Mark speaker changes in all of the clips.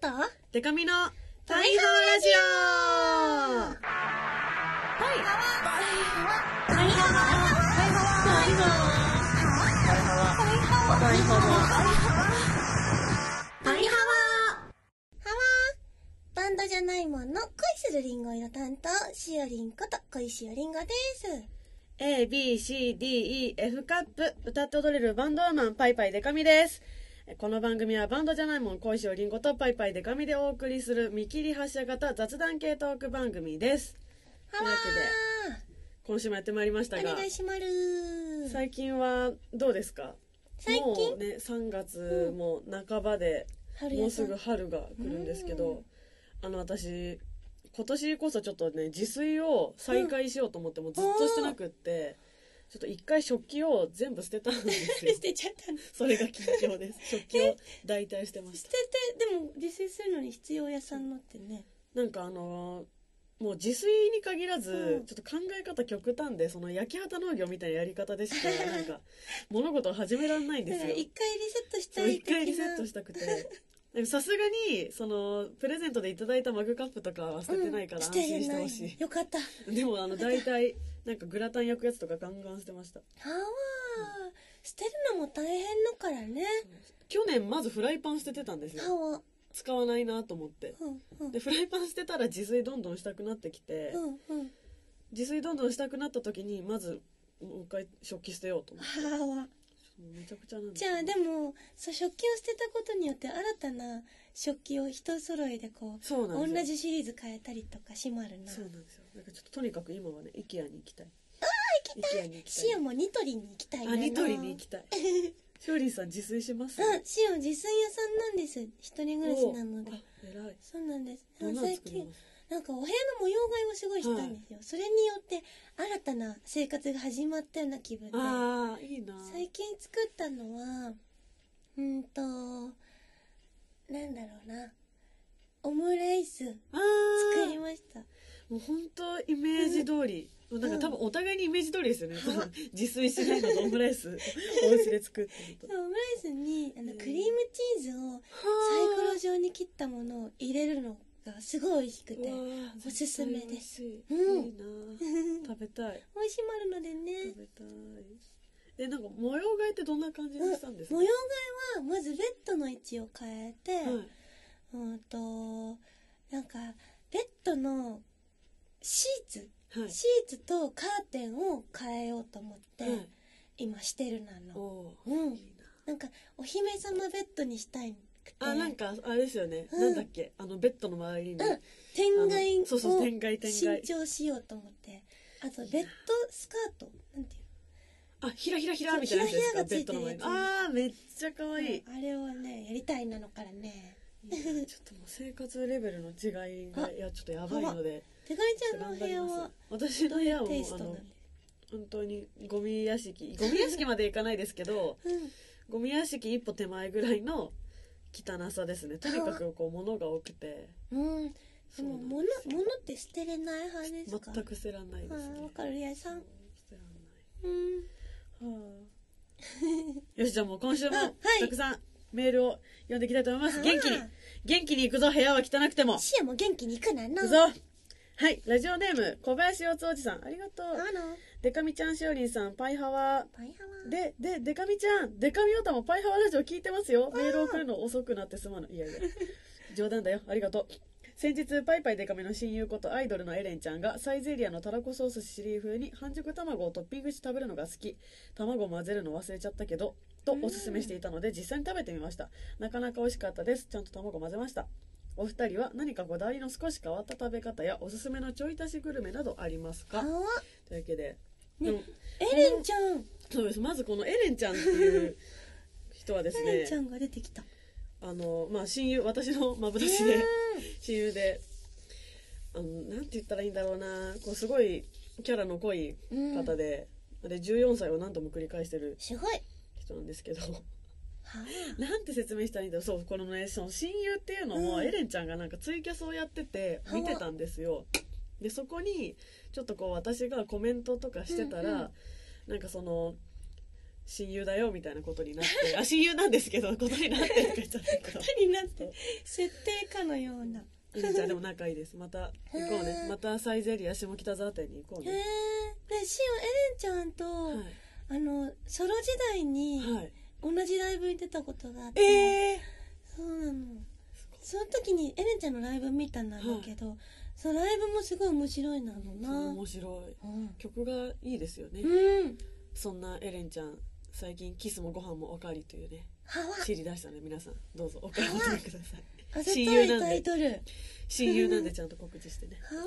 Speaker 1: と
Speaker 2: デカミの
Speaker 1: 大
Speaker 2: 大
Speaker 1: 砲
Speaker 2: 砲
Speaker 1: ラ
Speaker 2: ラ
Speaker 1: ジ
Speaker 2: ジオ
Speaker 1: パリハワハワバンドじゃないもんの恋するリンゴ色担当、しおりんこと恋しおりんごです。
Speaker 2: A, B, C, D, E, F カップ歌って踊れるバンドウーマンパイパイデカミですこの番組はバンドじゃないもん恋しおりんごとパイパイデカミでお送りする見切り発車型雑談系トーク番組です
Speaker 1: ハワ
Speaker 2: 今週もやってまいりました
Speaker 1: ーお
Speaker 2: が
Speaker 1: 願いしまる
Speaker 2: 最近はどうですか
Speaker 1: 最近
Speaker 2: もうね3月も半ばで、
Speaker 1: 春
Speaker 2: も
Speaker 1: や
Speaker 2: う
Speaker 1: さ
Speaker 2: す
Speaker 1: ん
Speaker 2: ぐ春が来るんですけ
Speaker 1: うん
Speaker 2: どあの私今年こそちょっとね自炊を再開しようと思ってもずっとしてなくって、ちょっと一回食器を全部捨てたんで すよ
Speaker 1: 捨てちゃったの捨
Speaker 2: それが緊張です食器を代替してまして
Speaker 1: てでも自炊するのに必要屋さんのってね
Speaker 2: たなんかあのーもう自炊に限らず、
Speaker 1: うん
Speaker 2: ちょっと考え方極端でその焼き畑農業みたいなやり方でしかなん か物事を始められないん
Speaker 1: だ
Speaker 2: で
Speaker 1: か
Speaker 2: す
Speaker 1: ら
Speaker 2: よ
Speaker 1: 一回リセットし
Speaker 2: そ
Speaker 1: た
Speaker 2: う
Speaker 1: い
Speaker 2: 一
Speaker 1: 的な
Speaker 2: 回リセットしたくて でもさすがにそのプレゼントでいただいたマグカップとかは捨ててないから
Speaker 1: うん
Speaker 2: 安心してほし
Speaker 1: ない
Speaker 2: い、
Speaker 1: よかったハ
Speaker 2: でもあの大体なんかグラタン焼くやつとかガンガン捨てました
Speaker 1: ワー捨てるのも大変だからね
Speaker 2: 去年まずフライパン捨ててたんです
Speaker 1: ハ
Speaker 2: よ
Speaker 1: ワー
Speaker 2: 使わないなと思って
Speaker 1: うんうん
Speaker 2: でフライパン捨てたら自炊どんどんしたくなってきて
Speaker 1: うんうん
Speaker 2: 自炊どんどんしたくなった時にまずもう一回食器捨てようと思って
Speaker 1: ハワー
Speaker 2: もうめちゃくちゃなんです
Speaker 1: じゃあでもそう食器を捨てたことによって新たな食器を一揃えでこう
Speaker 2: そうなん
Speaker 1: 同
Speaker 2: ですよ
Speaker 1: じシリーズ変えたりとかしまるな
Speaker 2: そうなんですよだからちょっととにかく今はね IKEA に行きたいああ行きたい IKEA に行きたい
Speaker 1: シオもニトリに行きたいな
Speaker 2: あ、ニトリに行 きたい。しおりんさん自炊します。
Speaker 1: うん、シオン自炊屋さんなんです一人暮らしなので
Speaker 2: おあ偉い。
Speaker 1: そうなんです
Speaker 2: どんなの
Speaker 1: 最
Speaker 2: 作り
Speaker 1: 近
Speaker 2: ます。
Speaker 1: なんかお部屋の模様替えをすごいしたんですよ、それによって新たな生活が始まったような気分で
Speaker 2: ああ、いいな。
Speaker 1: 最近作ったのはうーんとなんだろうなオムライス
Speaker 2: あ
Speaker 1: 作り
Speaker 2: あ、
Speaker 1: ました
Speaker 2: もう本当イメージ通り。もうなんか多分お互いにイメージ通りですよね。その自炊しないのとオムラ イス、お家で作ってると。
Speaker 1: でオムライスにあの
Speaker 2: うん
Speaker 1: クリームチーズをサイコロ状に切ったものを入れるのがすごい美味しくて美 味
Speaker 2: わあ
Speaker 1: おすすめです。
Speaker 2: 絶対
Speaker 1: うん
Speaker 2: 美味しいいいな。食べたい。
Speaker 1: しまるのでね
Speaker 2: 食べたい。え、なんか模様替えってどんな感じにしたんですか。
Speaker 1: 模様替えはまずベッドの位置を変えて、
Speaker 2: はい。
Speaker 1: うんとなんかベッドのシーツ、
Speaker 2: はい。
Speaker 1: シーツとカーテンを変えようと思って、
Speaker 2: はい
Speaker 1: 今してるな
Speaker 2: お
Speaker 1: の
Speaker 2: おー。
Speaker 1: うん
Speaker 2: いい
Speaker 1: な
Speaker 2: な。
Speaker 1: んかお姫様ベッドにしたいくて
Speaker 2: あ、なんか、あれですよね。
Speaker 1: うん
Speaker 2: なんだっけ、あの、ベッドの周り
Speaker 1: う
Speaker 2: に。
Speaker 1: ん天
Speaker 2: あ
Speaker 1: 外を
Speaker 2: のそうそう天外天外
Speaker 1: 新調しようと思ってあとベッドスカートなんていう
Speaker 2: あ、ひらひらひ
Speaker 1: そ
Speaker 2: ら
Speaker 1: う
Speaker 2: みたいなやつですか、
Speaker 1: ひらひらが
Speaker 2: ベッド
Speaker 1: ついてる
Speaker 2: の前に。
Speaker 1: やつ
Speaker 2: あー、めっちゃ可
Speaker 1: の、
Speaker 2: 愛い。
Speaker 1: あれをねやりたいなのからね
Speaker 2: いやちょっともう生活レベルの違いが、
Speaker 1: あ
Speaker 2: いや、ちょっとやばいので。
Speaker 1: 手がいちゃんのお部屋は
Speaker 2: 私の部屋も、
Speaker 1: テイス
Speaker 2: あ
Speaker 1: トなん
Speaker 2: の
Speaker 1: で、
Speaker 2: 本当にゴミ屋敷、ゴミ屋敷まで行かないですけど、
Speaker 1: うん
Speaker 2: ゴミ屋敷一歩手前ぐらいの汚さですね。とにかくこう、物が多くて、
Speaker 1: うん、で
Speaker 2: そう
Speaker 1: も
Speaker 2: なんです
Speaker 1: 物物って捨てれない派ですか
Speaker 2: 全く捨てらんないです
Speaker 1: あーわ
Speaker 2: ね。
Speaker 1: かるやさん
Speaker 2: 捨てらんない。
Speaker 1: うん
Speaker 2: はあ、よしじゃあもう今週も
Speaker 1: うんはい
Speaker 2: たくさんメールを読んでいきたいと思います、元気に
Speaker 1: あ
Speaker 2: 元気に行くぞ部屋は汚くても
Speaker 1: シアも元気に行くなの
Speaker 2: 行くぞはいラジオネーム小林よつおじさんありがと
Speaker 1: あ
Speaker 2: う
Speaker 1: の
Speaker 2: でかみちゃんしおりんさんパイハワ
Speaker 1: パイハワ
Speaker 2: でででかみちゃんでかみおたもパイハワラジオ聞いてますよメール送るの遅くなってすまぬいやいや冗談だよありがとう先日パイパイデカミの親友ことアイドルのエレンちゃんがサイゼリアのたらこソースシリー風に半熟卵をトッピングして食べるのが好き卵を混ぜるの忘れちゃったけどとおすすめしていたので実際に食べてみましたなかなか美味しかったですちゃんと卵混ぜましたお二人は何かこだわりの少し変わった食べ方やおすすめのちょい足しグルメなどありますか
Speaker 1: あわ
Speaker 2: というわけで、
Speaker 1: ね
Speaker 2: でも
Speaker 1: エレンちゃん、
Speaker 2: そうですまずこのエレンちゃんっていう人はです
Speaker 1: エレンちゃ
Speaker 2: ね
Speaker 1: んが出てきた
Speaker 2: あの、まあ、親友私のまぶたしで親友であのなんて言ったらいいんだろうなこうすごいキャラの濃い
Speaker 1: うん
Speaker 2: 方で,、で14歳を何度も繰り返してる
Speaker 1: すごい
Speaker 2: 人なんですけど
Speaker 1: は
Speaker 2: なんて説明したらいいんだろうそうこのねその親友っていうの
Speaker 1: う
Speaker 2: も
Speaker 1: ん
Speaker 2: エレンちゃんがなんかツイキャスをやってて見てたんですよ。でそこにちょっとこう私がコメントとかしてたら、
Speaker 1: うんうん
Speaker 2: なんかその親友だよみたいなことに なって、あ、親友なんですけど、ことになってとか言っちゃったけど。
Speaker 1: になって設定かのような
Speaker 2: うんじゃあでも仲いいです。また行こうね。またサイゼリア下北沢店に行こう
Speaker 1: へえね
Speaker 2: ね。
Speaker 1: シオエレンちゃんと、
Speaker 2: は
Speaker 1: あのソロ時代に
Speaker 2: い。はい。
Speaker 1: 同じライブに出たことがあって、
Speaker 2: ええ
Speaker 1: そうなのその時にエレンちゃんのライブ見たんだけど、そのライブもすごい面白いなのな
Speaker 2: 面白い。
Speaker 1: うん
Speaker 2: 曲がいいですよね。
Speaker 1: うん
Speaker 2: そんなエレンちゃん、最近キスもご飯もおかわりというね、
Speaker 1: はわ
Speaker 2: 知り出したので皆さん、どうぞお買い求めください。
Speaker 1: あざとい
Speaker 2: 親友なんで
Speaker 1: タイトル
Speaker 2: 親友なんでちゃんと告知してね。
Speaker 1: はわ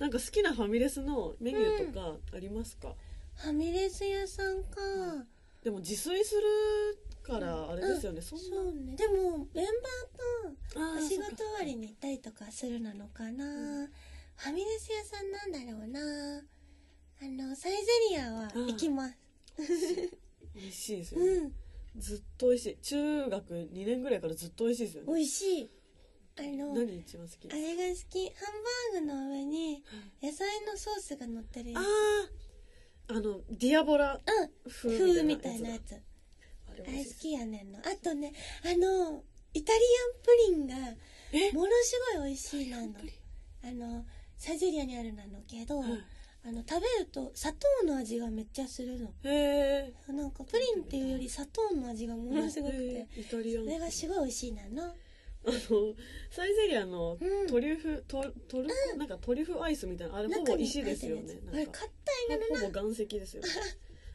Speaker 2: なんか好きなファミレスのメニューとかありますか、
Speaker 1: ファミレス屋さんか、
Speaker 2: でも自炊するからあれですよね、そん
Speaker 1: そうねでもメン
Speaker 2: な
Speaker 1: バーと
Speaker 2: あー
Speaker 1: お仕事
Speaker 2: そ
Speaker 1: 終
Speaker 2: っか
Speaker 1: わりに行ったりとかするなのかな、
Speaker 2: ん
Speaker 1: ファミレス屋さんなんだろうなあのサイゼリアは行きます
Speaker 2: 美味しいですよ
Speaker 1: う
Speaker 2: ね、
Speaker 1: ん
Speaker 2: ずっと美味しい中学2年ぐらいからずっと美味しいですよ
Speaker 1: 美
Speaker 2: ね
Speaker 1: 味しいあの
Speaker 2: 何一番好き
Speaker 1: あれが好きハンバーグの上に野菜のソースが乗ってるや
Speaker 2: あ
Speaker 1: つ
Speaker 2: ああのディアボラ
Speaker 1: う
Speaker 2: 風
Speaker 1: ん風み
Speaker 2: みた
Speaker 1: た
Speaker 2: い
Speaker 1: い
Speaker 2: な
Speaker 1: な
Speaker 2: や
Speaker 1: や
Speaker 2: つ
Speaker 1: つ
Speaker 2: あれ
Speaker 1: あ
Speaker 2: 美
Speaker 1: れ好
Speaker 2: 味しいです
Speaker 1: きやねんのあとねあのイタリアンプリンが
Speaker 2: え
Speaker 1: ものすごい美味しいなのあのサイゼリアにあるなのけど、
Speaker 2: はい
Speaker 1: あの食べると砂糖の味がめっちゃするの
Speaker 2: へえ
Speaker 1: なんかプリンっていうより砂糖の味がものすごくて
Speaker 2: イタリア
Speaker 1: そ
Speaker 2: ン
Speaker 1: れがすごい美味しいなの
Speaker 2: あのサイゼリアの
Speaker 1: うん
Speaker 2: トリュフ、トトルコなんかトリュフアイスみたいなあれほぼ
Speaker 1: 中に
Speaker 2: 石
Speaker 1: 入
Speaker 2: で
Speaker 1: っ
Speaker 2: す
Speaker 1: て
Speaker 2: よ
Speaker 1: る
Speaker 2: ね
Speaker 1: やつあ
Speaker 2: な
Speaker 1: れ
Speaker 2: んか
Speaker 1: 買ったんやろな
Speaker 2: ほぼ岩石です よね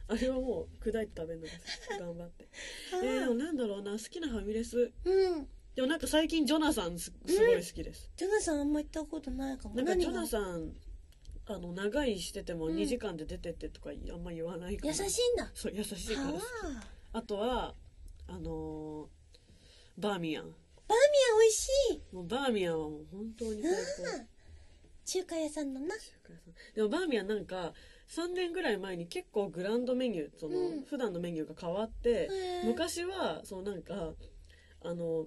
Speaker 2: あれはもう砕いて食べるのが好き頑張 ってえー、でもなんだろうな好きなファミレス
Speaker 1: うん
Speaker 2: でもなんか最近ジョナサンすすごい好きです、
Speaker 1: ジョナサンあんま行ったことないかも
Speaker 2: なんかジョ
Speaker 1: が
Speaker 2: ナサンあの長いしてても
Speaker 1: うん
Speaker 2: 2時間で出てってとかあんま言わないから
Speaker 1: 優しいんだ
Speaker 2: そう優しいから
Speaker 1: は
Speaker 2: です
Speaker 1: あ
Speaker 2: あとはあのーバーミヤン
Speaker 1: バーミヤン美味しい
Speaker 2: もうバーミヤンはもう本当に最高
Speaker 1: うん中華屋さんのな
Speaker 2: 中華屋さんでもバーミヤンなんか3年ぐらい前に結構グランドメニューその、
Speaker 1: うん
Speaker 2: 普段のメニューが変わって、
Speaker 1: へー
Speaker 2: 昔はそうなんかあの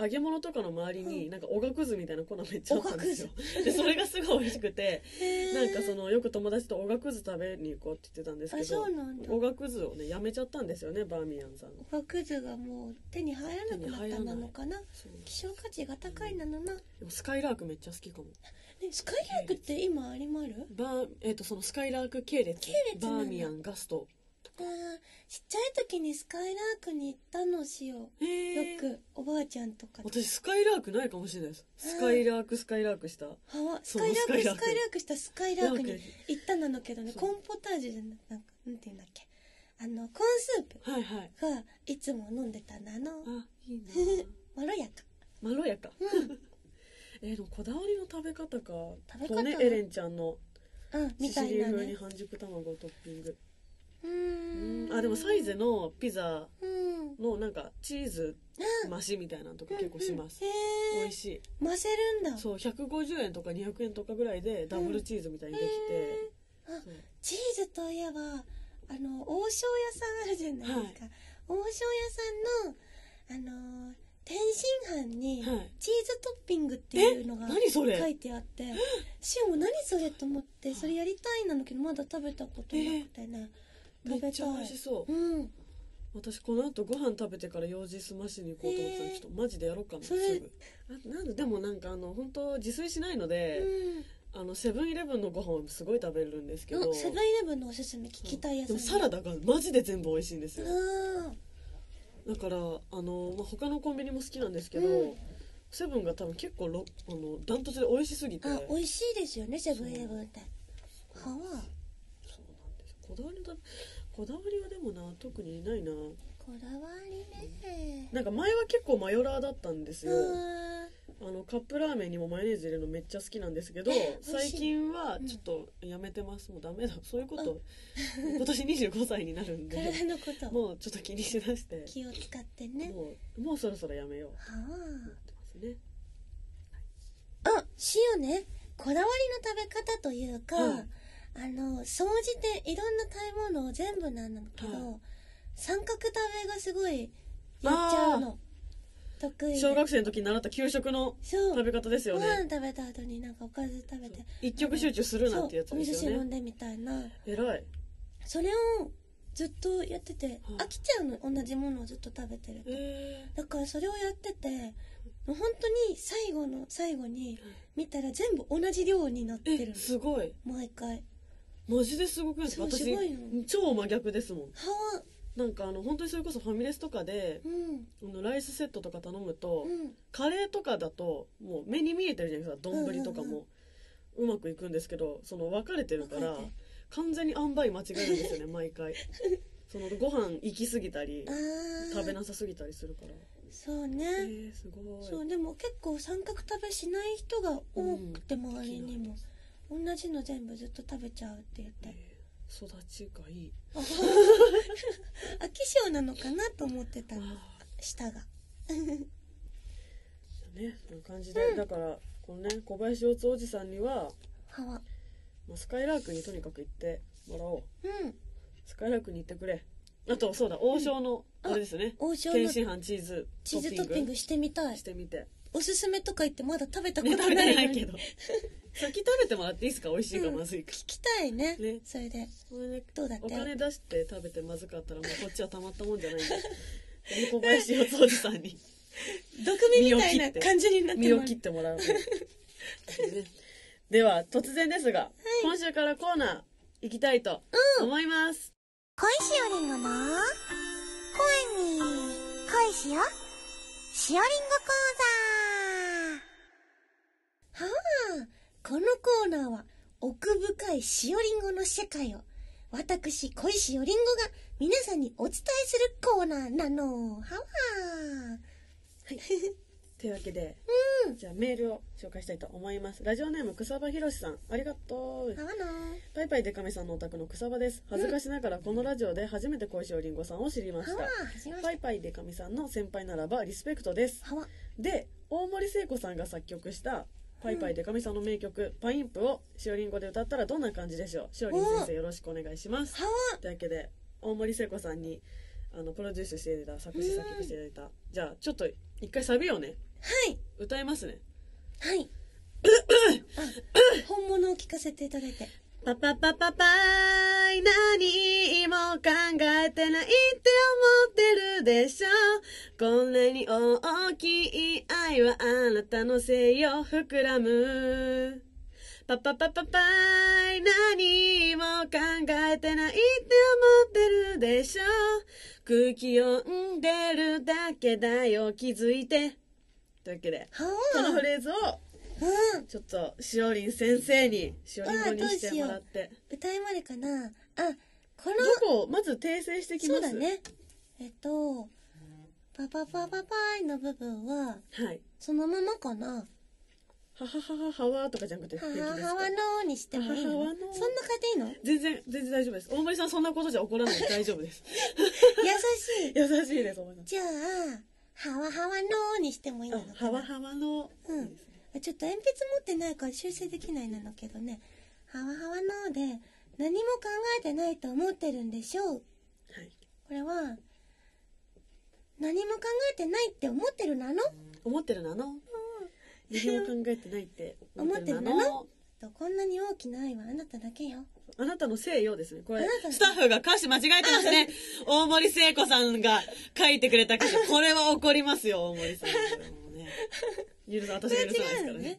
Speaker 2: 揚げ物とかの周りになんかおがくずみたいな粉めっちゃあったんですよ
Speaker 1: お
Speaker 2: でそれがすごい美味しくて
Speaker 1: な
Speaker 2: なんかそのよく友達とおがくず食べに行こうって言ってたんです
Speaker 1: あ
Speaker 2: けど
Speaker 1: そうなんだ
Speaker 2: おがくずをねやめちゃったんですよねバーミヤンさんが
Speaker 1: おがくずがもう手に入らなくなったなのかな
Speaker 2: そう
Speaker 1: 希少価値が高いなのな、ね、
Speaker 2: でもスカイラークめっちゃ好きかも
Speaker 1: スカイラークって今ありまる
Speaker 2: バー、えっとそのスカイラーク系列
Speaker 1: 列なん
Speaker 2: バ
Speaker 1: だ
Speaker 2: ーミヤンガスト
Speaker 1: あーちっちゃい時にスカイラークに行ったのしよ
Speaker 2: へ
Speaker 1: う
Speaker 2: ー
Speaker 1: よくおばあちゃんとかと
Speaker 2: 私スカイラークないかもしれないですスカイラークスカイラークした
Speaker 1: あわス
Speaker 2: そう
Speaker 1: カイラークスカイ
Speaker 2: スカ
Speaker 1: ラ
Speaker 2: イラー
Speaker 1: ー
Speaker 2: ク
Speaker 1: クしたスカイラークに
Speaker 2: ラーク
Speaker 1: 行ったなのけどね
Speaker 2: そう
Speaker 1: コーンポタージュじゃななんかなんて言うんだっけあのコーンスープ
Speaker 2: はいはい
Speaker 1: がいつも飲んでたなあの
Speaker 2: あいいな
Speaker 1: まろやか
Speaker 2: まろやかえーでもこだわりの食べ方か
Speaker 1: 食べ方
Speaker 2: とねエレンちゃんの
Speaker 1: うんみ
Speaker 2: シ
Speaker 1: た
Speaker 2: シ
Speaker 1: い
Speaker 2: リ
Speaker 1: な
Speaker 2: ー風に
Speaker 1: ね
Speaker 2: 半熟卵をトッピング
Speaker 1: う
Speaker 2: うん
Speaker 1: ーん
Speaker 2: あでもサイゼのピザ
Speaker 1: うん
Speaker 2: のなんかチーズ増しみたいなのとか結構します
Speaker 1: へ
Speaker 2: 美
Speaker 1: え
Speaker 2: 味し
Speaker 1: 混ぜるんだ
Speaker 2: いそう150円とか200円とかぐらいでダブルチーズみたいにできて
Speaker 1: うんへー
Speaker 2: そう
Speaker 1: チーズといえばあの王将屋さんあるじゃないですか、王将屋さんのあのー天津飯に
Speaker 2: はい
Speaker 1: チーズトッピングっていうのが
Speaker 2: え何それ
Speaker 1: 書いてあってしおも何それと思ってそれやりたいなのけどまだ食べたことなくてね
Speaker 2: め
Speaker 1: 食べた
Speaker 2: っ
Speaker 1: い
Speaker 2: ちゃ美味しそう
Speaker 1: うん
Speaker 2: 私この後ご飯食べてから用事済ましに行こうと思ってたの
Speaker 1: へー
Speaker 2: ちょっとマジでやろうかな
Speaker 1: そ
Speaker 2: す
Speaker 1: れ
Speaker 2: ぐあなんででもなんかあの本当自炊しないので、あのセブンイレブンのご飯をすごい食べるんですけ
Speaker 1: う
Speaker 2: ど
Speaker 1: んセブンイレブンのおすすめ聞きたいやつ
Speaker 2: でもサラダがマジで全部美味しいんですよ
Speaker 1: うん
Speaker 2: だからあの、まあ、他のコンビニも好きなんですけど、
Speaker 1: うん
Speaker 2: セブンが多分結構ろあのダントツで美味しすぎて
Speaker 1: あ美味しいですよねセブンイレブンってはわ
Speaker 2: そうなんですよこだわりの食べこだわりはでもな特にないな
Speaker 1: こだわりね
Speaker 2: なんか前は結構マヨラーだったんですよ、
Speaker 1: うん
Speaker 2: あのカップラーメンにもマヨネーズ入れるのめっちゃ好きなんですけど
Speaker 1: え美味しい
Speaker 2: 最近はちょっとやめてます、もうダメだ そういうこと今年25歳になるん で
Speaker 1: 体のこと
Speaker 2: もうちょっと気にしだして
Speaker 1: 気を使ってね
Speaker 2: もうもうそろそろやめよう
Speaker 1: は
Speaker 2: と思ってますね
Speaker 1: ああ塩ねこだわりの食べ方というか、
Speaker 2: はい
Speaker 1: あの総じていろんな食べ物を全部なんだけど、
Speaker 2: は
Speaker 1: 三角食べがすごいやっちゃうの得意で
Speaker 2: 小学生の時に習った給食の
Speaker 1: そう
Speaker 2: 食べ方ですよ
Speaker 1: ご
Speaker 2: ね
Speaker 1: 飯食べた後になんかおかず食べて
Speaker 2: 一極集中するな
Speaker 1: そ
Speaker 2: ん
Speaker 1: う
Speaker 2: てやつ
Speaker 1: お
Speaker 2: で
Speaker 1: 味噌
Speaker 2: す
Speaker 1: 汁
Speaker 2: よ
Speaker 1: 飲ん
Speaker 2: ね
Speaker 1: でみたいな
Speaker 2: 偉い
Speaker 1: それをずっとやってて
Speaker 2: うん
Speaker 1: 飽きちゃうの同じものをずっと食べてると
Speaker 2: え
Speaker 1: だからそれをやっててもう本当に最後の最後に見たら全部同じ量になってる
Speaker 2: えすごい
Speaker 1: の毎回
Speaker 2: マジですごくないですか
Speaker 1: そう
Speaker 2: 私
Speaker 1: すごいの
Speaker 2: 超真逆ですもん
Speaker 1: はあ
Speaker 2: なんかあの本当にそれこそファミレスとかで
Speaker 1: うん
Speaker 2: あのライスセットとか頼む
Speaker 1: う
Speaker 2: と、
Speaker 1: ん
Speaker 2: カレーとかだともう目に見えてるじゃないですか丼とか
Speaker 1: うんうん
Speaker 2: もうまくいくんですけどその分かれてるから
Speaker 1: 分かれて
Speaker 2: 完全に塩梅間違えるんですよね毎 回そのご飯行き過ぎたり
Speaker 1: あー
Speaker 2: 食べなさすぎたりするから
Speaker 1: そうね、
Speaker 2: えー、すごい
Speaker 1: そうでも結構三角食べしない人が多くて周りにも、同じの全部ずっと食べちゃうって言っ て
Speaker 2: えー育ちがいい
Speaker 1: 飽き性なのかなと思ってたの
Speaker 2: あ
Speaker 1: 舌が
Speaker 2: ーねそんな感じで、だからこのね小林洋津おじさんには、
Speaker 1: 歯は
Speaker 2: まあ、スカイラークにとにかく行ってもらおう
Speaker 1: うん
Speaker 2: スカイラークに行ってくれあとそうだ王将のあれですよね、
Speaker 1: 王将
Speaker 2: 天
Speaker 1: の
Speaker 2: 津飯チーズ
Speaker 1: チーズトッピングしてみたい
Speaker 2: してみて
Speaker 1: おすすめとか言ってまだ食べたこ
Speaker 2: ね
Speaker 1: と
Speaker 2: 食べ
Speaker 1: ない
Speaker 2: て
Speaker 1: の
Speaker 2: ない
Speaker 1: に
Speaker 2: け
Speaker 1: 聞
Speaker 2: ど 先食べてもらっていいですか美味しいか
Speaker 1: うん
Speaker 2: まずいか、
Speaker 1: きたいね
Speaker 2: ね
Speaker 1: それで
Speaker 2: これね
Speaker 1: どうだった
Speaker 2: お金出して食べてまずかったらもうこっちはたまったもんじゃないんで小林よつおじさ んに
Speaker 1: 毒味みたいな感じになって
Speaker 2: 身を
Speaker 1: も
Speaker 2: 切ってもらう、ね、では突然ですが、今週からコーナー行きたいと思います、
Speaker 1: 恋しおりんごの声に恋しよしおりんご講座はあこのコーナーは奥深いしおりんごの世界を私恋しおりんごが皆さんにお伝えするコーナーなのはわ
Speaker 2: というわけで、じゃあメールを紹介したいと思いますラジオネーム草場博さんありがとう
Speaker 1: はわな
Speaker 2: パイパイデカミさんのお宅の草場です恥ずかしながらこのラジオで初めて小石おりんごさんを知りまし
Speaker 1: はわ
Speaker 2: た
Speaker 1: 始まりま
Speaker 2: パイパイデカミさんの先輩ならばリスペクトです
Speaker 1: はわ
Speaker 2: で大森聖子さんが作曲したパイパイデカミさんの名曲「パインプ」をしおりんごで歌ったらどんな感じでしょうしおりん先生よろしくお願いします
Speaker 1: はわ
Speaker 2: というわけで大森聖子さんにあのプロデュースしていただいた作詞作曲していただいたじゃあちょっと一回サビをね
Speaker 1: はい
Speaker 2: 歌います ね
Speaker 1: はいあ 本物を聞かせていただいて
Speaker 2: パパパパパイ何も考えてないって思ってるでしょこんなに大きい愛はあなたのせいよ膨らむパパパパパイ何も考えてないって思ってるでしょ空気読んでるだけだよ気づいてというわけで
Speaker 1: は
Speaker 2: この
Speaker 1: わ
Speaker 2: フレーズを
Speaker 1: うん
Speaker 2: ちょっとしおりん先生にしおりんごにしてもらって。
Speaker 1: 歌いまでかなあこ
Speaker 2: どこをまず訂正して
Speaker 1: の
Speaker 2: き
Speaker 1: そ
Speaker 2: ま
Speaker 1: う
Speaker 2: す
Speaker 1: だねえっと「パパパパパイ」の部分は
Speaker 2: はい
Speaker 1: そのままかな
Speaker 2: はははははわとかじゃな
Speaker 1: 「
Speaker 2: くて
Speaker 1: は
Speaker 2: 平気ですか
Speaker 1: ははの」にしてもいいの
Speaker 2: ははは
Speaker 1: そ
Speaker 2: の
Speaker 1: んな感じでいいの
Speaker 2: 全然全然大丈夫です大森さんそんなことじゃ怒らない大丈夫です
Speaker 1: 優しい
Speaker 2: 優しいです大森さん
Speaker 1: じゃあ「ははははの」にしてもいいの
Speaker 2: あは
Speaker 1: か
Speaker 2: わ
Speaker 1: な
Speaker 2: はわの、
Speaker 1: うんあちょっと鉛筆持ってないから修正できないなのけどね「ははははの」で「何も考えてないと思ってるんでしょう」
Speaker 2: はい、
Speaker 1: これは「何も考えてないって思ってるなの?」
Speaker 2: 思ってるなの何も考えてないって
Speaker 1: 思
Speaker 2: 思
Speaker 1: っ
Speaker 2: ってて
Speaker 1: る
Speaker 2: る
Speaker 1: な
Speaker 2: な
Speaker 1: の
Speaker 2: の
Speaker 1: とこんなに大きな愛はあなただけよ
Speaker 2: あなたのせいようですねこ
Speaker 1: あ
Speaker 2: れ
Speaker 1: なたの
Speaker 2: スタッフが歌詞間違えてますね大森聖子さんが書いてくれた歌詞これは怒りますよ大森さんこれもうね許さ私は許さないですからね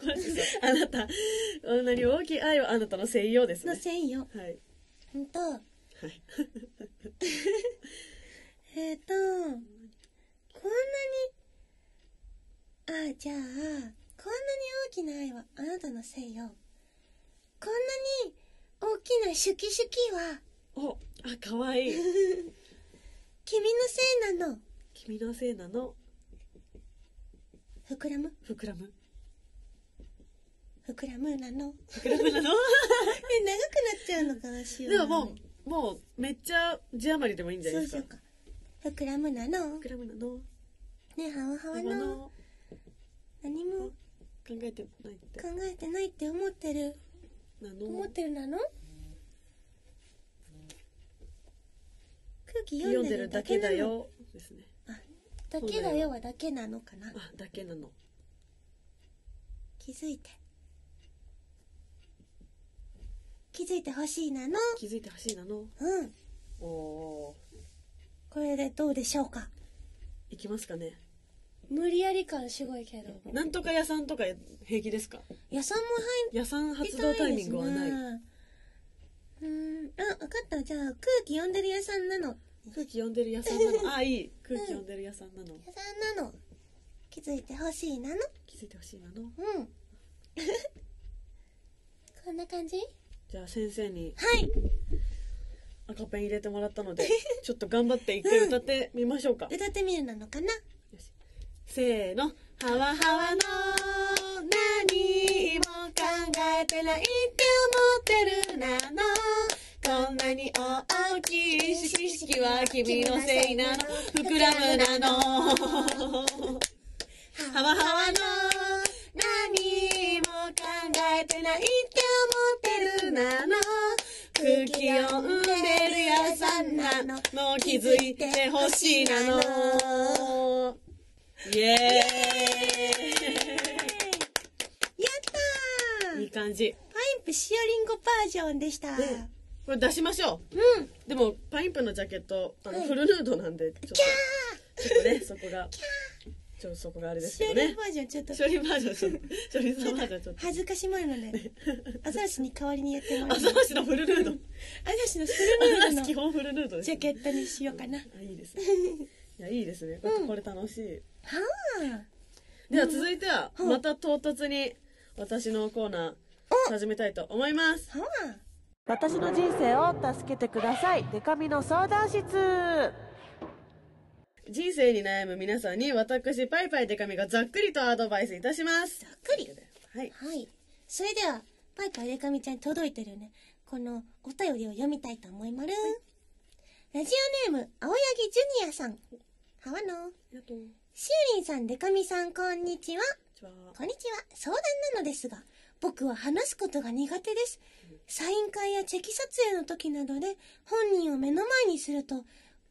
Speaker 2: これですあなたこんなに大きい愛はあなたのせいようです
Speaker 1: の
Speaker 2: ね
Speaker 1: せいよ
Speaker 2: はい
Speaker 1: ほんと
Speaker 2: はい
Speaker 1: えっ、とこんなにあじゃあこんなに大きな愛はあなたのせいよこんなに大きなシュキシュキは
Speaker 2: おあ可愛い
Speaker 1: 君のせいなの
Speaker 2: 君のせいなの
Speaker 1: 膨らむ
Speaker 2: 膨らむ
Speaker 1: 膨らむなの
Speaker 2: 膨らむ
Speaker 1: え長
Speaker 2: なの
Speaker 1: くなっちゃうのかなしよ
Speaker 2: でももうもうめっちゃ字余りでもいいんじゃな
Speaker 1: そ
Speaker 2: い
Speaker 1: し
Speaker 2: うです
Speaker 1: よ
Speaker 2: か
Speaker 1: うか膨らむなの
Speaker 2: 膨らむなの
Speaker 1: ねはわはわ
Speaker 2: 今
Speaker 1: の
Speaker 2: の
Speaker 1: 何も
Speaker 2: 考えてないって
Speaker 1: 考えてないって思ってる
Speaker 2: な
Speaker 1: 思
Speaker 2: の
Speaker 1: ってるなの空気読
Speaker 2: 読
Speaker 1: ん
Speaker 2: ん
Speaker 1: で
Speaker 2: で
Speaker 1: る
Speaker 2: る
Speaker 1: だ
Speaker 2: だ
Speaker 1: け
Speaker 2: け
Speaker 1: な
Speaker 2: だ
Speaker 1: の
Speaker 2: よですね
Speaker 1: だけだよはだけなのかな
Speaker 2: あだけなの
Speaker 1: 気づいて気づいてほしいなの
Speaker 2: 気づいてほしいなの
Speaker 1: うん
Speaker 2: おお
Speaker 1: これでどうでしょうか
Speaker 2: ー。いきますかね。
Speaker 1: 無理やり感すごいけど。
Speaker 2: なんとか屋さんとか平気ですか
Speaker 1: 野菜も
Speaker 2: 屋さん
Speaker 1: 入って
Speaker 2: 発
Speaker 1: た
Speaker 2: 動
Speaker 1: いですね。
Speaker 2: タイミングはない。
Speaker 1: うーん、あ、わかった。じゃあ、空気読んでる屋さんなの。
Speaker 2: 空気読んでる屋さんなの。あ、いい。空気読んでる屋さんなの。
Speaker 1: 屋さんなの。気づいてほしいなの。
Speaker 2: 気づいてほしいなの。
Speaker 1: うん。 こんな感じは
Speaker 2: じゃあ先生に
Speaker 1: い。
Speaker 2: 赤ペン入れてもらったので、ちょっと頑張って一回歌ってみましょうか。
Speaker 1: 歌ってみるなのかな
Speaker 2: よしせーの。ハワハワの何も考えてないって思ってるなの。こんなに大きい四式は君のせいなの。膨らむなの。ハワハワの何も考えてないって思ってるなの。空気読んでる屋さんなの。もう気づいてほしいなの。イエ
Speaker 1: やった
Speaker 2: ーイいい
Speaker 1: ー
Speaker 2: 感じ。
Speaker 1: パインプしおりんごバージョンでした。うん。
Speaker 2: ねこれ出しましょ
Speaker 1: うん。
Speaker 2: う。でも、パインプのジャケット、あの、
Speaker 1: はい
Speaker 2: フルヌードなんで、ちょっと、ちょっとね、そこが、ちょっとそこがあれです
Speaker 1: し
Speaker 2: け
Speaker 1: お
Speaker 2: ど
Speaker 1: りん
Speaker 2: ね
Speaker 1: バ。ージョンちょっと
Speaker 2: 処理バージョン、そう処理さんバージョン、ちょっと。
Speaker 1: 恥ずかしまるので、アザラシに代わりにやってもら
Speaker 2: あ、
Speaker 1: う。ア
Speaker 2: そ
Speaker 1: ザ
Speaker 2: うしのフルヌード。
Speaker 1: ラシのスルメール
Speaker 2: 基
Speaker 1: の
Speaker 2: 本フルヌードです
Speaker 1: ジャケットにしようかな。は
Speaker 2: あいいですねいやいいですねこれ,、これ楽しい
Speaker 1: あ。
Speaker 2: では続いては
Speaker 1: うん
Speaker 2: また唐突に私のコーナー始めたいと思います
Speaker 1: はあ。
Speaker 3: 私の人生を助けてくださいデカミの相談室
Speaker 2: 人生に悩む皆さんに私パイパイデカミがざっくりとアドバイスいたしますざっ
Speaker 1: くり
Speaker 2: はい
Speaker 1: はい。それでは、パイパイデカミちゃんに届いてるね、このお便りを読みたいと思いまる。ラジオネーム、青柳ジュニアさん。はわの。
Speaker 2: ありがとう
Speaker 1: しおりんさん、デカミさん、こんにちは。
Speaker 2: じゃあ
Speaker 1: こんにちは。相談なのですが、僕は話すことが苦手です。サイン会やチェキ撮影の時などで、本人を目の前にすると、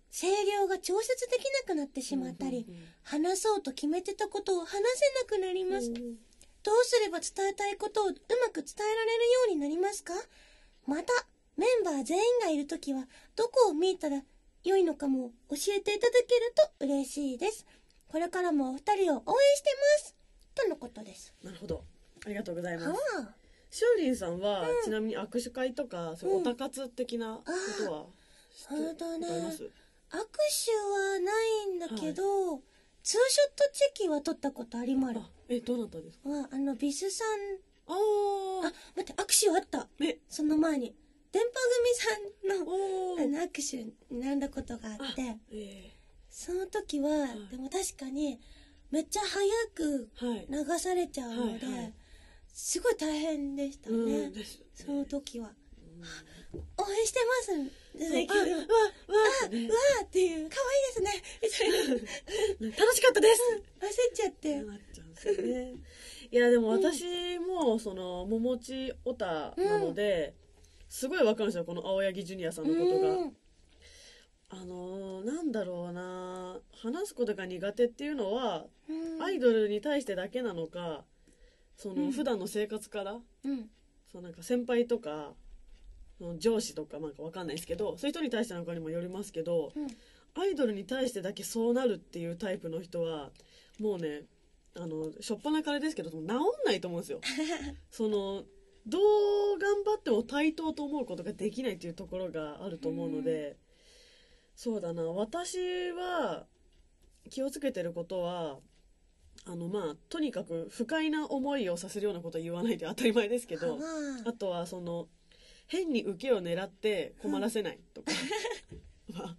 Speaker 1: 声量が調節できなくなってしまったり、話そうと決めてたことを話せなくなります。どうすれば伝えたいことをうまく伝えられるようになりますかまた、メンバー全員がいるときは、どこを見たら良いのかも教えていただけると嬉しいです。これからもお二人を応援してます。とのことです。
Speaker 2: なるほどありがとうござい
Speaker 1: は
Speaker 2: ます
Speaker 1: あ、
Speaker 2: しおりんさんは、ちなみに握手会とかそういうおたかつ的なことはして
Speaker 1: 本当ね
Speaker 2: ございます
Speaker 1: 握手はないんだけど、ツーショットチェキは取ったことありまる。
Speaker 2: あえどうなったんですか
Speaker 1: は、あの、ビスさん、
Speaker 2: あ
Speaker 1: あ、待って、握手はあった。
Speaker 2: あえ
Speaker 1: その前に、電波組さんの、
Speaker 2: お
Speaker 1: あ
Speaker 2: ー
Speaker 1: の、握手に並んだことがあって、
Speaker 2: え
Speaker 1: その時は、
Speaker 2: い
Speaker 1: でも確かにめっちゃ早く
Speaker 2: ーはい。
Speaker 1: 流されちゃうので、
Speaker 2: はいはい
Speaker 1: すごい大変でしたね、
Speaker 2: うんです。
Speaker 1: その時は、あ応援してます
Speaker 2: あ
Speaker 1: で
Speaker 2: わ
Speaker 1: きる
Speaker 2: わ
Speaker 1: わ
Speaker 2: わね
Speaker 1: ーっていう可愛いですねみたいな
Speaker 2: 楽しかったです。
Speaker 1: 焦っちゃって
Speaker 2: なっちゃうんですよね。いやでも私もその桃地オタなので、すごいわかるんですよこの青柳ジュニアさんのことが。
Speaker 1: うん
Speaker 2: あのーなんだろうな話すことが苦手っていうのは
Speaker 1: うん
Speaker 2: アイドルに対してだけなのか、その普段の生活から。
Speaker 1: うん
Speaker 2: そうなんか先輩とかその上司とかなんかわかんないですけどそういう人に対してのかにもよりますけど、
Speaker 1: うん
Speaker 2: アイドルに対してだけそうなるっていうタイプの人はもうねあのしょっぱなからですけど治んないと思うんですよ。そのどう頑張っても対等と思うことができないっていうところがあると思うので、そうだな私は気をつけてることはあのまあとにかく不快な思いをさせるようなことは言わないで当たり前です けど。
Speaker 1: はあ
Speaker 2: あとはその変に受けを狙って困らせないとかは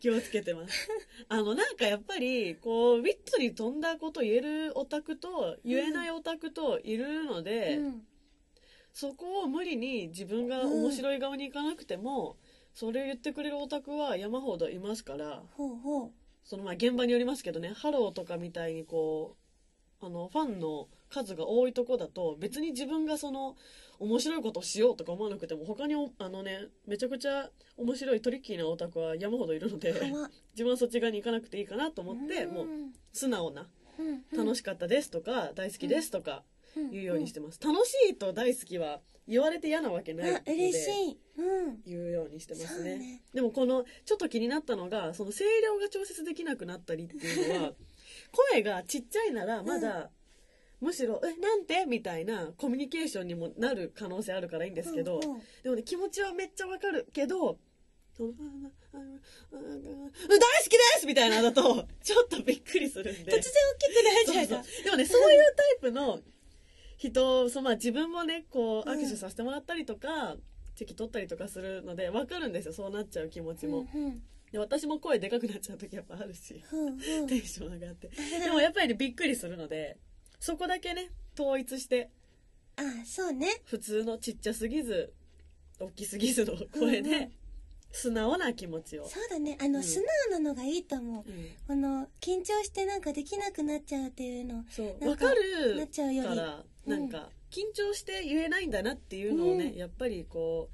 Speaker 2: 気をつけてます。あのなんかやっぱりこうウィットに飛んだこと言えるオタクと言えないオタクといるので、
Speaker 1: うん
Speaker 2: そこを無理に自分が面白い側に行かなくても、それを言ってくれるオタクは山ほどいますから
Speaker 1: ほうほう
Speaker 2: そのまあ現場によりますけどねハローとかみたいにこうあのファンの数が多いとこだと別に自分がその面白いことをしようとか思わなくても他におあのねめちゃくちゃ面白いトリッキーなオタクは山ほどいるの で
Speaker 1: はわ
Speaker 2: 自分はそっち側に行かなくていいかなと思ってもう素直な
Speaker 1: うんうん
Speaker 2: 楽しかったですとか大好きですとか
Speaker 1: うん
Speaker 2: 言うようにしてます、楽しいと大好きは言われて嫌なわけないの
Speaker 1: あ
Speaker 2: で
Speaker 1: 嬉しいうん
Speaker 2: 言うようにしてます
Speaker 1: そう
Speaker 2: ね
Speaker 1: ね
Speaker 2: でもこのちょっと気になったのがその声量が調節できなくなったりっていうのは声がちっちゃいならまだ、むしろ「えなんて?」みたいなコミュニケーションにもなる可能性あるからいいんですけど、
Speaker 1: うんうん
Speaker 2: でもね気持ちはめっちゃわかるけど「そのあああああ大好きです!」みたいなのだとちょっとびっくりするんで
Speaker 1: 突然大きくな
Speaker 2: そ
Speaker 1: っ
Speaker 2: う
Speaker 1: ちゃ
Speaker 2: そううでもねそういうタイプの人そう、まあ、自分もねこう
Speaker 1: うん
Speaker 2: 握手させてもらったりとか、席取ったりとかするので分かるんですよそうなっちゃう気持ちも、
Speaker 1: うんうん
Speaker 2: で私も声でかくなっちゃう時やっぱあるし
Speaker 1: うんうん
Speaker 2: テンション上がってでもやっぱりねびっくりするのでそこだけね統一して
Speaker 1: あそうね
Speaker 2: 普通のちっちゃすぎず大きすぎずの声
Speaker 1: うんう
Speaker 2: で
Speaker 1: ん
Speaker 2: 素直な気持ちを、
Speaker 1: そうだねあの、
Speaker 2: うん
Speaker 1: 素直なのがいいと思う
Speaker 2: うん
Speaker 1: この緊張してなんかできなくなっちゃうっていうの
Speaker 2: そう
Speaker 1: な
Speaker 2: 分
Speaker 1: んかな
Speaker 2: かる
Speaker 1: っちゃうより
Speaker 2: から
Speaker 1: うん
Speaker 2: なんか緊張して言えないんだなっていうのをね、
Speaker 1: うん
Speaker 2: やっぱりこ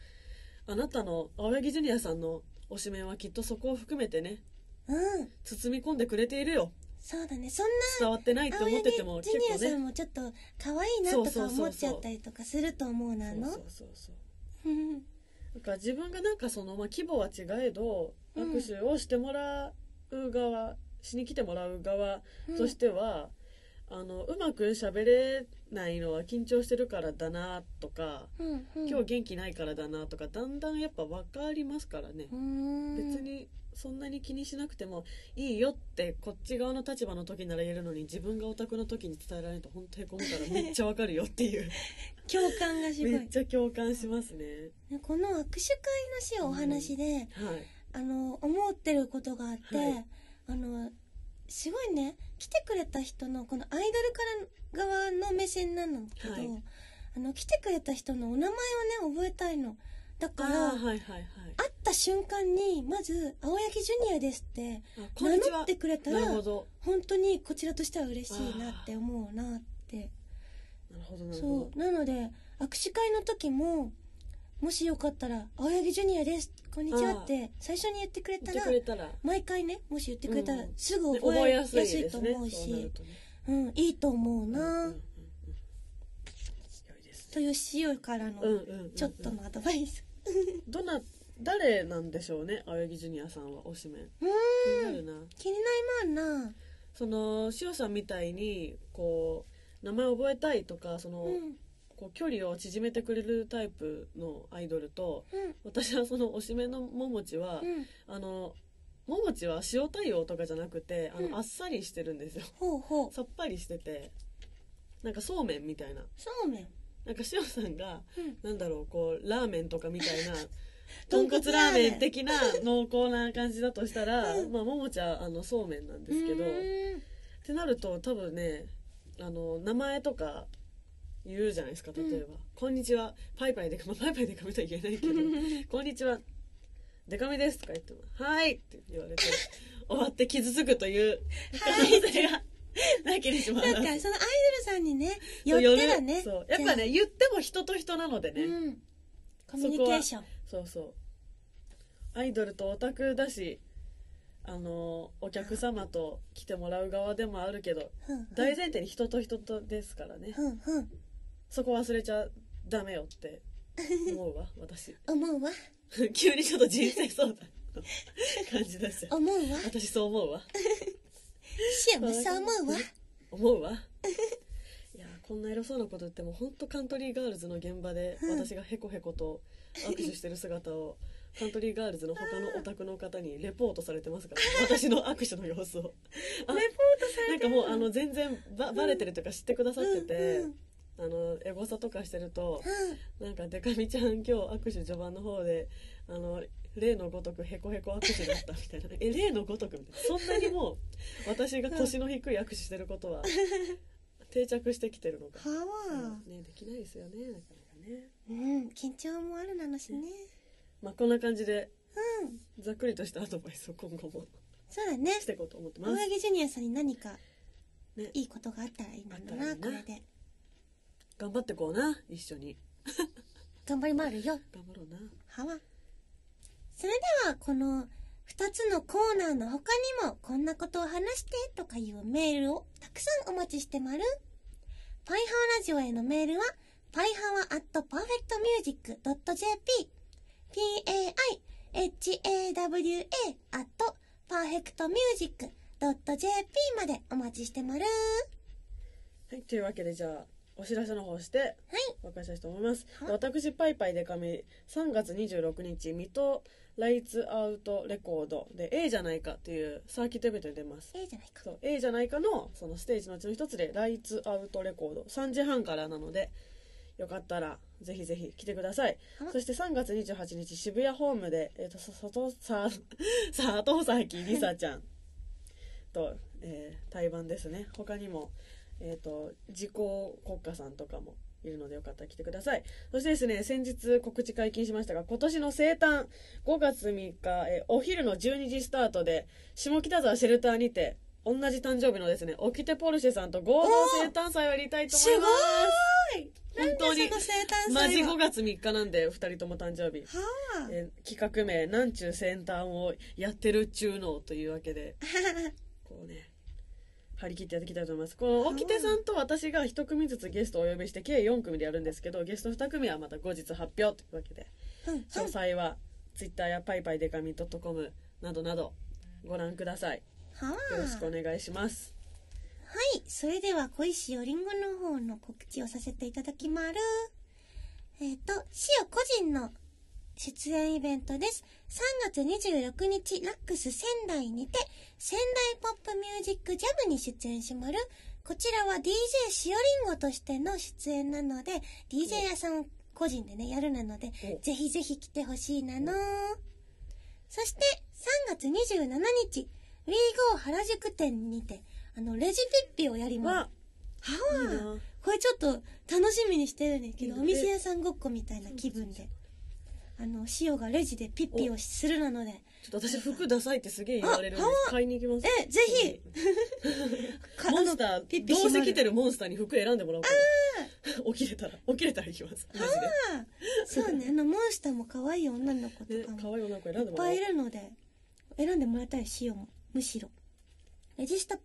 Speaker 2: うあなたの青柳ジュニアさんの推しメンはきっとそこを含めてね
Speaker 1: うん
Speaker 2: 包み込んでくれているよ
Speaker 1: そうだねそん
Speaker 2: 伝わってないっ
Speaker 1: な
Speaker 2: て
Speaker 1: 青
Speaker 2: 思っ
Speaker 1: 柳
Speaker 2: てても
Speaker 1: ジ
Speaker 2: 結
Speaker 1: ュニア
Speaker 2: 構
Speaker 1: さ
Speaker 2: ね
Speaker 1: んもちょっと可愛いなとか思っちゃったりとかすると思うな
Speaker 2: そう
Speaker 1: の
Speaker 2: そうそうそう
Speaker 1: うん
Speaker 2: だから自分がなんかその、まあ、規模は違えど
Speaker 1: うん
Speaker 2: 握手をしてもらう側、しに来てもらう側
Speaker 1: うん
Speaker 2: としては、あのうまく喋れないのは緊張してるからだなとか、
Speaker 1: うんうん
Speaker 2: 今日元気ないからだなとかだんだんやっぱ分かりますからね
Speaker 1: う、ーん
Speaker 2: 別にそんなに気にしなくてもいいよってこっち側の立場の時なら言えるのに自分がオタクの時に伝えられると本当へこむからめっちゃ分かるよっていう
Speaker 1: 共感がすご
Speaker 2: めっ
Speaker 1: い
Speaker 2: ちゃ共感しますね
Speaker 1: ねこの握手会のしお話で、
Speaker 2: はい
Speaker 1: あの思ってることがあって、
Speaker 2: はい
Speaker 1: あのすごいね来てくれた人のこのアイドルから側の目線なのけど、
Speaker 2: はい
Speaker 1: あの来てくれた人のお名前をね覚えたいのだ
Speaker 2: あ
Speaker 1: か
Speaker 2: ー
Speaker 1: ら
Speaker 2: はい
Speaker 1: 会
Speaker 2: はいはい
Speaker 1: った瞬間にまず「青柳ジュニアです」って
Speaker 2: あこん
Speaker 1: 名
Speaker 2: にち
Speaker 1: 乗
Speaker 2: は
Speaker 1: ってくれた
Speaker 2: なる
Speaker 1: ら
Speaker 2: ほど
Speaker 1: 本当にこちらとしては嬉しいなって思うなって
Speaker 2: なるほどなるほ
Speaker 1: そうなので握手会の時ももしよかったら「青柳ジュニアですこんにちは」って最初に言ってくれ
Speaker 2: ど言
Speaker 1: た
Speaker 2: って
Speaker 1: ら
Speaker 2: くれたら
Speaker 1: 毎回ねもし言ってくれたら
Speaker 2: うん
Speaker 1: すぐ
Speaker 2: ね
Speaker 1: 覚
Speaker 2: 覚え
Speaker 1: えや
Speaker 2: やすい
Speaker 1: すい
Speaker 2: で
Speaker 1: と
Speaker 2: すね
Speaker 1: 思う
Speaker 2: そうなる
Speaker 1: し
Speaker 2: とね
Speaker 1: うんいいと思う
Speaker 2: うんうんうん
Speaker 1: な
Speaker 2: うん良いです
Speaker 1: という塩から
Speaker 2: うん
Speaker 1: の
Speaker 2: うんうんうん
Speaker 1: ちょっとのアドバイス
Speaker 2: どな誰なんでしょうね青柳ジュニアさんは推しメン
Speaker 1: うーん
Speaker 2: 気になるな
Speaker 1: 気になりまんな
Speaker 2: そのしおさんみたいにこう名前を覚えたいとかその、
Speaker 1: うんうん
Speaker 2: こう距離を縮めてくれるタイプのアイドルと私はその推しメンのももちは、
Speaker 1: うん
Speaker 2: あのももちは塩対応とかじゃなくてあの、
Speaker 1: うん
Speaker 2: あっさりしてるんですよ
Speaker 1: ほうほう
Speaker 2: さっぱりしててなんかそうめんみたいな
Speaker 1: そうめん
Speaker 2: なんかしおさんが
Speaker 1: うん
Speaker 2: なんだろうこうラーメンとかみた いな
Speaker 1: 豚
Speaker 2: 豚
Speaker 1: 骨
Speaker 2: 骨ラーメン的な濃厚な感じだとしたら、
Speaker 1: うん
Speaker 2: まあももちはあのそうめんなんですけど
Speaker 1: うーん
Speaker 2: ってなると多分ねあの名前とか言うじゃないですか例えば「こんにちはパイパイでかまあパイパイでかみとは言えないけど「こんにちはでかみです」とか言っても「はい」って言われて終わって傷つくという可能性がなきにしもあ
Speaker 1: なん
Speaker 2: ら
Speaker 1: かそ
Speaker 2: ず
Speaker 1: のアイドルさんにね寄ってだね
Speaker 2: そうやっぱね言っても人と人なので
Speaker 1: じゃあ
Speaker 2: ね、
Speaker 1: うんコミュニケーション
Speaker 2: そうそうアイドルとオタクだしあのお客様と来てもらう側でもあるけど
Speaker 1: うんうん
Speaker 2: 大前提に人と人とですからね
Speaker 1: うんうん
Speaker 2: そこ忘れちゃダメよって思うわ私
Speaker 1: 思うわ
Speaker 2: 急にちょっと人生相談 の感じ出しちゃう
Speaker 1: 思うわ
Speaker 2: 私そう思うわ
Speaker 1: 塩もそう思うわ
Speaker 2: 思うわ いやーこんな偉そうなこと言っても本当カントリーガールズの現場で
Speaker 1: うん
Speaker 2: 私がヘコヘコと握手してる姿をカントリーガールズの他のお宅の方にレポートされてますから私の握手の様子をあなんかもうあの全然ばバレてるというか知ってくださってて
Speaker 1: うん、
Speaker 2: あのエゴサとかしてると
Speaker 1: うん
Speaker 2: なんかデカミちゃん今日握手序盤の方であの例のごとくヘコヘコ握手だったみたいなえ例のごとくみたいなそんなにも う私が腰の低い握手してることは定着してきてるのか、
Speaker 1: はあ
Speaker 2: ね、できないですよねなかなかね
Speaker 1: うん緊張もあるなのしね
Speaker 2: まあこんな感じで
Speaker 1: うん
Speaker 2: ざっくりとしたアドバイスを今後も
Speaker 1: そうだね
Speaker 2: していこうと思ってま
Speaker 1: 青
Speaker 2: す
Speaker 1: 柳ジュニアさんに何か
Speaker 2: ね
Speaker 1: いいことがあったらいいんだろう
Speaker 2: あ
Speaker 1: な
Speaker 2: った
Speaker 1: こ
Speaker 2: らいい
Speaker 1: れ
Speaker 2: な
Speaker 1: で
Speaker 2: 頑張ってこうな一緒に
Speaker 1: 頑張り回るよ
Speaker 2: 頑張ろうな
Speaker 1: はわそれではこの2つのコーナーの他にもこんなことを話してとかいうメールをたくさんお待ちしてまるパイハワラジオへのメールは、パイハワアットパーフェクトミュージックドット JP、p-a-i-h-a-w-a アットパーフェクトミュージックドット JP までお待ちしてまる
Speaker 2: はい、というわけでじゃあお知らせの方して
Speaker 1: はい。
Speaker 2: お別れしたいと思います
Speaker 1: はい
Speaker 2: で私パイパイデカミ3月26日水戸ライツアウトレコードで A じゃないかっていうサーキットイベントに出ます
Speaker 1: ええじゃないか。
Speaker 2: そう A じゃないかのそのステージのうちの一つでライツアウトレコード3時半からなのでよかったらぜひぜひ来てください
Speaker 1: はい
Speaker 2: そして3月28日渋谷ホームで、えー、とさ佐藤さ佐藤崎りさちゃんと、えー対バンですね他にも、えー、と自公国家さんとかもいるのでよかったら来てくださいそしてですね先日告知解禁しましたが今年の生誕5月3日、えーお昼の12時スタートで下北沢シェルターにて同じ誕生日のですねオキテポルシェさんと合同生誕祭をやりたいと思います
Speaker 1: ーい
Speaker 2: 本当に
Speaker 1: なんでその生誕
Speaker 2: マジ
Speaker 1: 祭は
Speaker 2: 5月3日なんで2人とも誕生日
Speaker 1: はあ。
Speaker 2: えー企画名「なんちゅう先端をやってるっちゅうの」というわけでこうね張り切ってやっていきたいと思いますこの沖手さんと私が1組ずつゲストをお呼びして計4組でやるんですけどゲスト2組はまた後日発表というわけで
Speaker 1: うんうん
Speaker 2: 詳細は Twitter やパイパイデカミ .com などなどご覧ください
Speaker 1: はあ。
Speaker 2: よろしくお願いします
Speaker 1: はい、それでは小石よりんごの方の告知をさせていただきまる。えっ、と、シオ個人の出演イベントです。3月26日、ラックス仙台にて、仙台ポップミュージックジャムに出演しまる。こちらは DJ しおりんごとしての出演なので、DJ 屋さんを個人でね、やるなので
Speaker 2: お、
Speaker 1: ぜひぜひ来てほしいなのそして、3月27日、ウィーゴー原宿店にて、あの、レジピッピをやります。
Speaker 2: は
Speaker 1: はい
Speaker 2: い
Speaker 1: わ
Speaker 2: な
Speaker 1: これちょっと楽しみにしてるんですけど、
Speaker 2: いい
Speaker 1: お
Speaker 2: ね
Speaker 1: 店屋さんごっこみたいな気分で。あの、塩がレジでピッピをするなので、
Speaker 2: ちょっと私服ダサいってすげえ言われるんで
Speaker 1: あは
Speaker 2: 買いに行きます
Speaker 1: えぜひか
Speaker 2: モ
Speaker 1: あ
Speaker 2: ン
Speaker 1: の
Speaker 2: スター、
Speaker 1: ピッピ
Speaker 2: どうせ来て
Speaker 1: る。
Speaker 2: るモンスターに服選んでもらおうかな。 起きれたら、起きれたら行きます。マ
Speaker 1: あーそうね、あの、モンスターも可愛い女の子
Speaker 2: ジで。
Speaker 1: と
Speaker 2: で
Speaker 1: か、
Speaker 2: 可
Speaker 1: も
Speaker 2: 愛い女の子選ん
Speaker 1: いっ
Speaker 2: でもらお
Speaker 1: ぱ
Speaker 2: う
Speaker 1: いい。るので、選んでもらいたい、塩も。むしろ。レジスタ、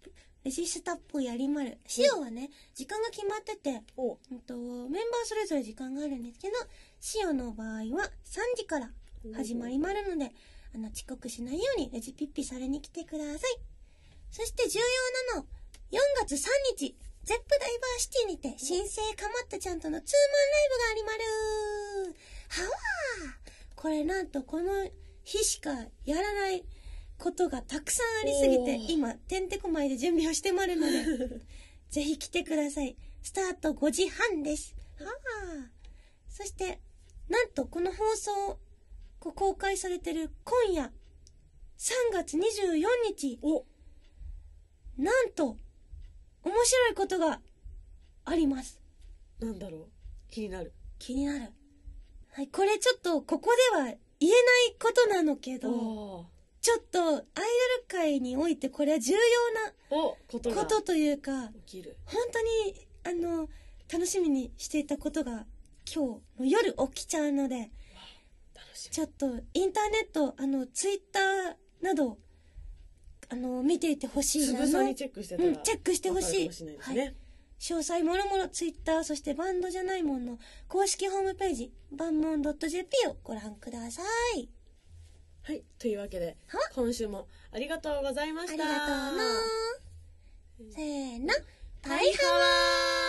Speaker 1: レジスタっぽいやりまる。塩はね、時間が決まってて、
Speaker 2: お、
Speaker 1: うんとメンバーそれぞれ時間があるんですけど、シオの場合は3時から始まりまるので、あの遅刻しないようにレジピッピされに来てください。そして重要なの、4月3日、ゼップダイバーシティにて新生かまったちゃんとのツーマンライブがありまるはわーこれなんとこの日しかやらないことがたくさんありすぎて
Speaker 2: おー、
Speaker 1: 今、てんてこまいで準備をしてまるので、ぜひ来てください。スタート5時半です。はあ。そして、なんとこの放送、こう公開されてる今夜、3月24日、
Speaker 2: お、
Speaker 1: なんと、面白いことがあります。
Speaker 2: なんだろう。気になる。
Speaker 1: 気になる。はい、これちょっと、ここでは言えないことなのけど、
Speaker 2: お
Speaker 1: ちょっと、アイドル界においてこれは重要
Speaker 2: お、こと
Speaker 1: なこ
Speaker 2: が
Speaker 1: とというか、
Speaker 2: 起きる。
Speaker 1: 本当にあの楽しみにしていたことが今日の夜起きちゃうので
Speaker 2: 楽し
Speaker 1: ちょっとインターネットあのツイッターなどあの見ていてほし
Speaker 2: み。
Speaker 1: い
Speaker 2: つ
Speaker 1: な
Speaker 2: ぶ
Speaker 1: の
Speaker 2: さに
Speaker 1: 詳
Speaker 2: チェックしてたら。
Speaker 1: うんチェックしてほしい
Speaker 2: わかるかもれないですね。
Speaker 1: 細もろもろツイッターそしてバンドじゃないもんの公式ホームページバンモン .jp をご覧ください
Speaker 2: はい。というわけで
Speaker 1: は、
Speaker 2: 今週もありがとうございま
Speaker 1: あ
Speaker 2: し
Speaker 1: り
Speaker 2: た。
Speaker 1: がとうなせーのパイハワー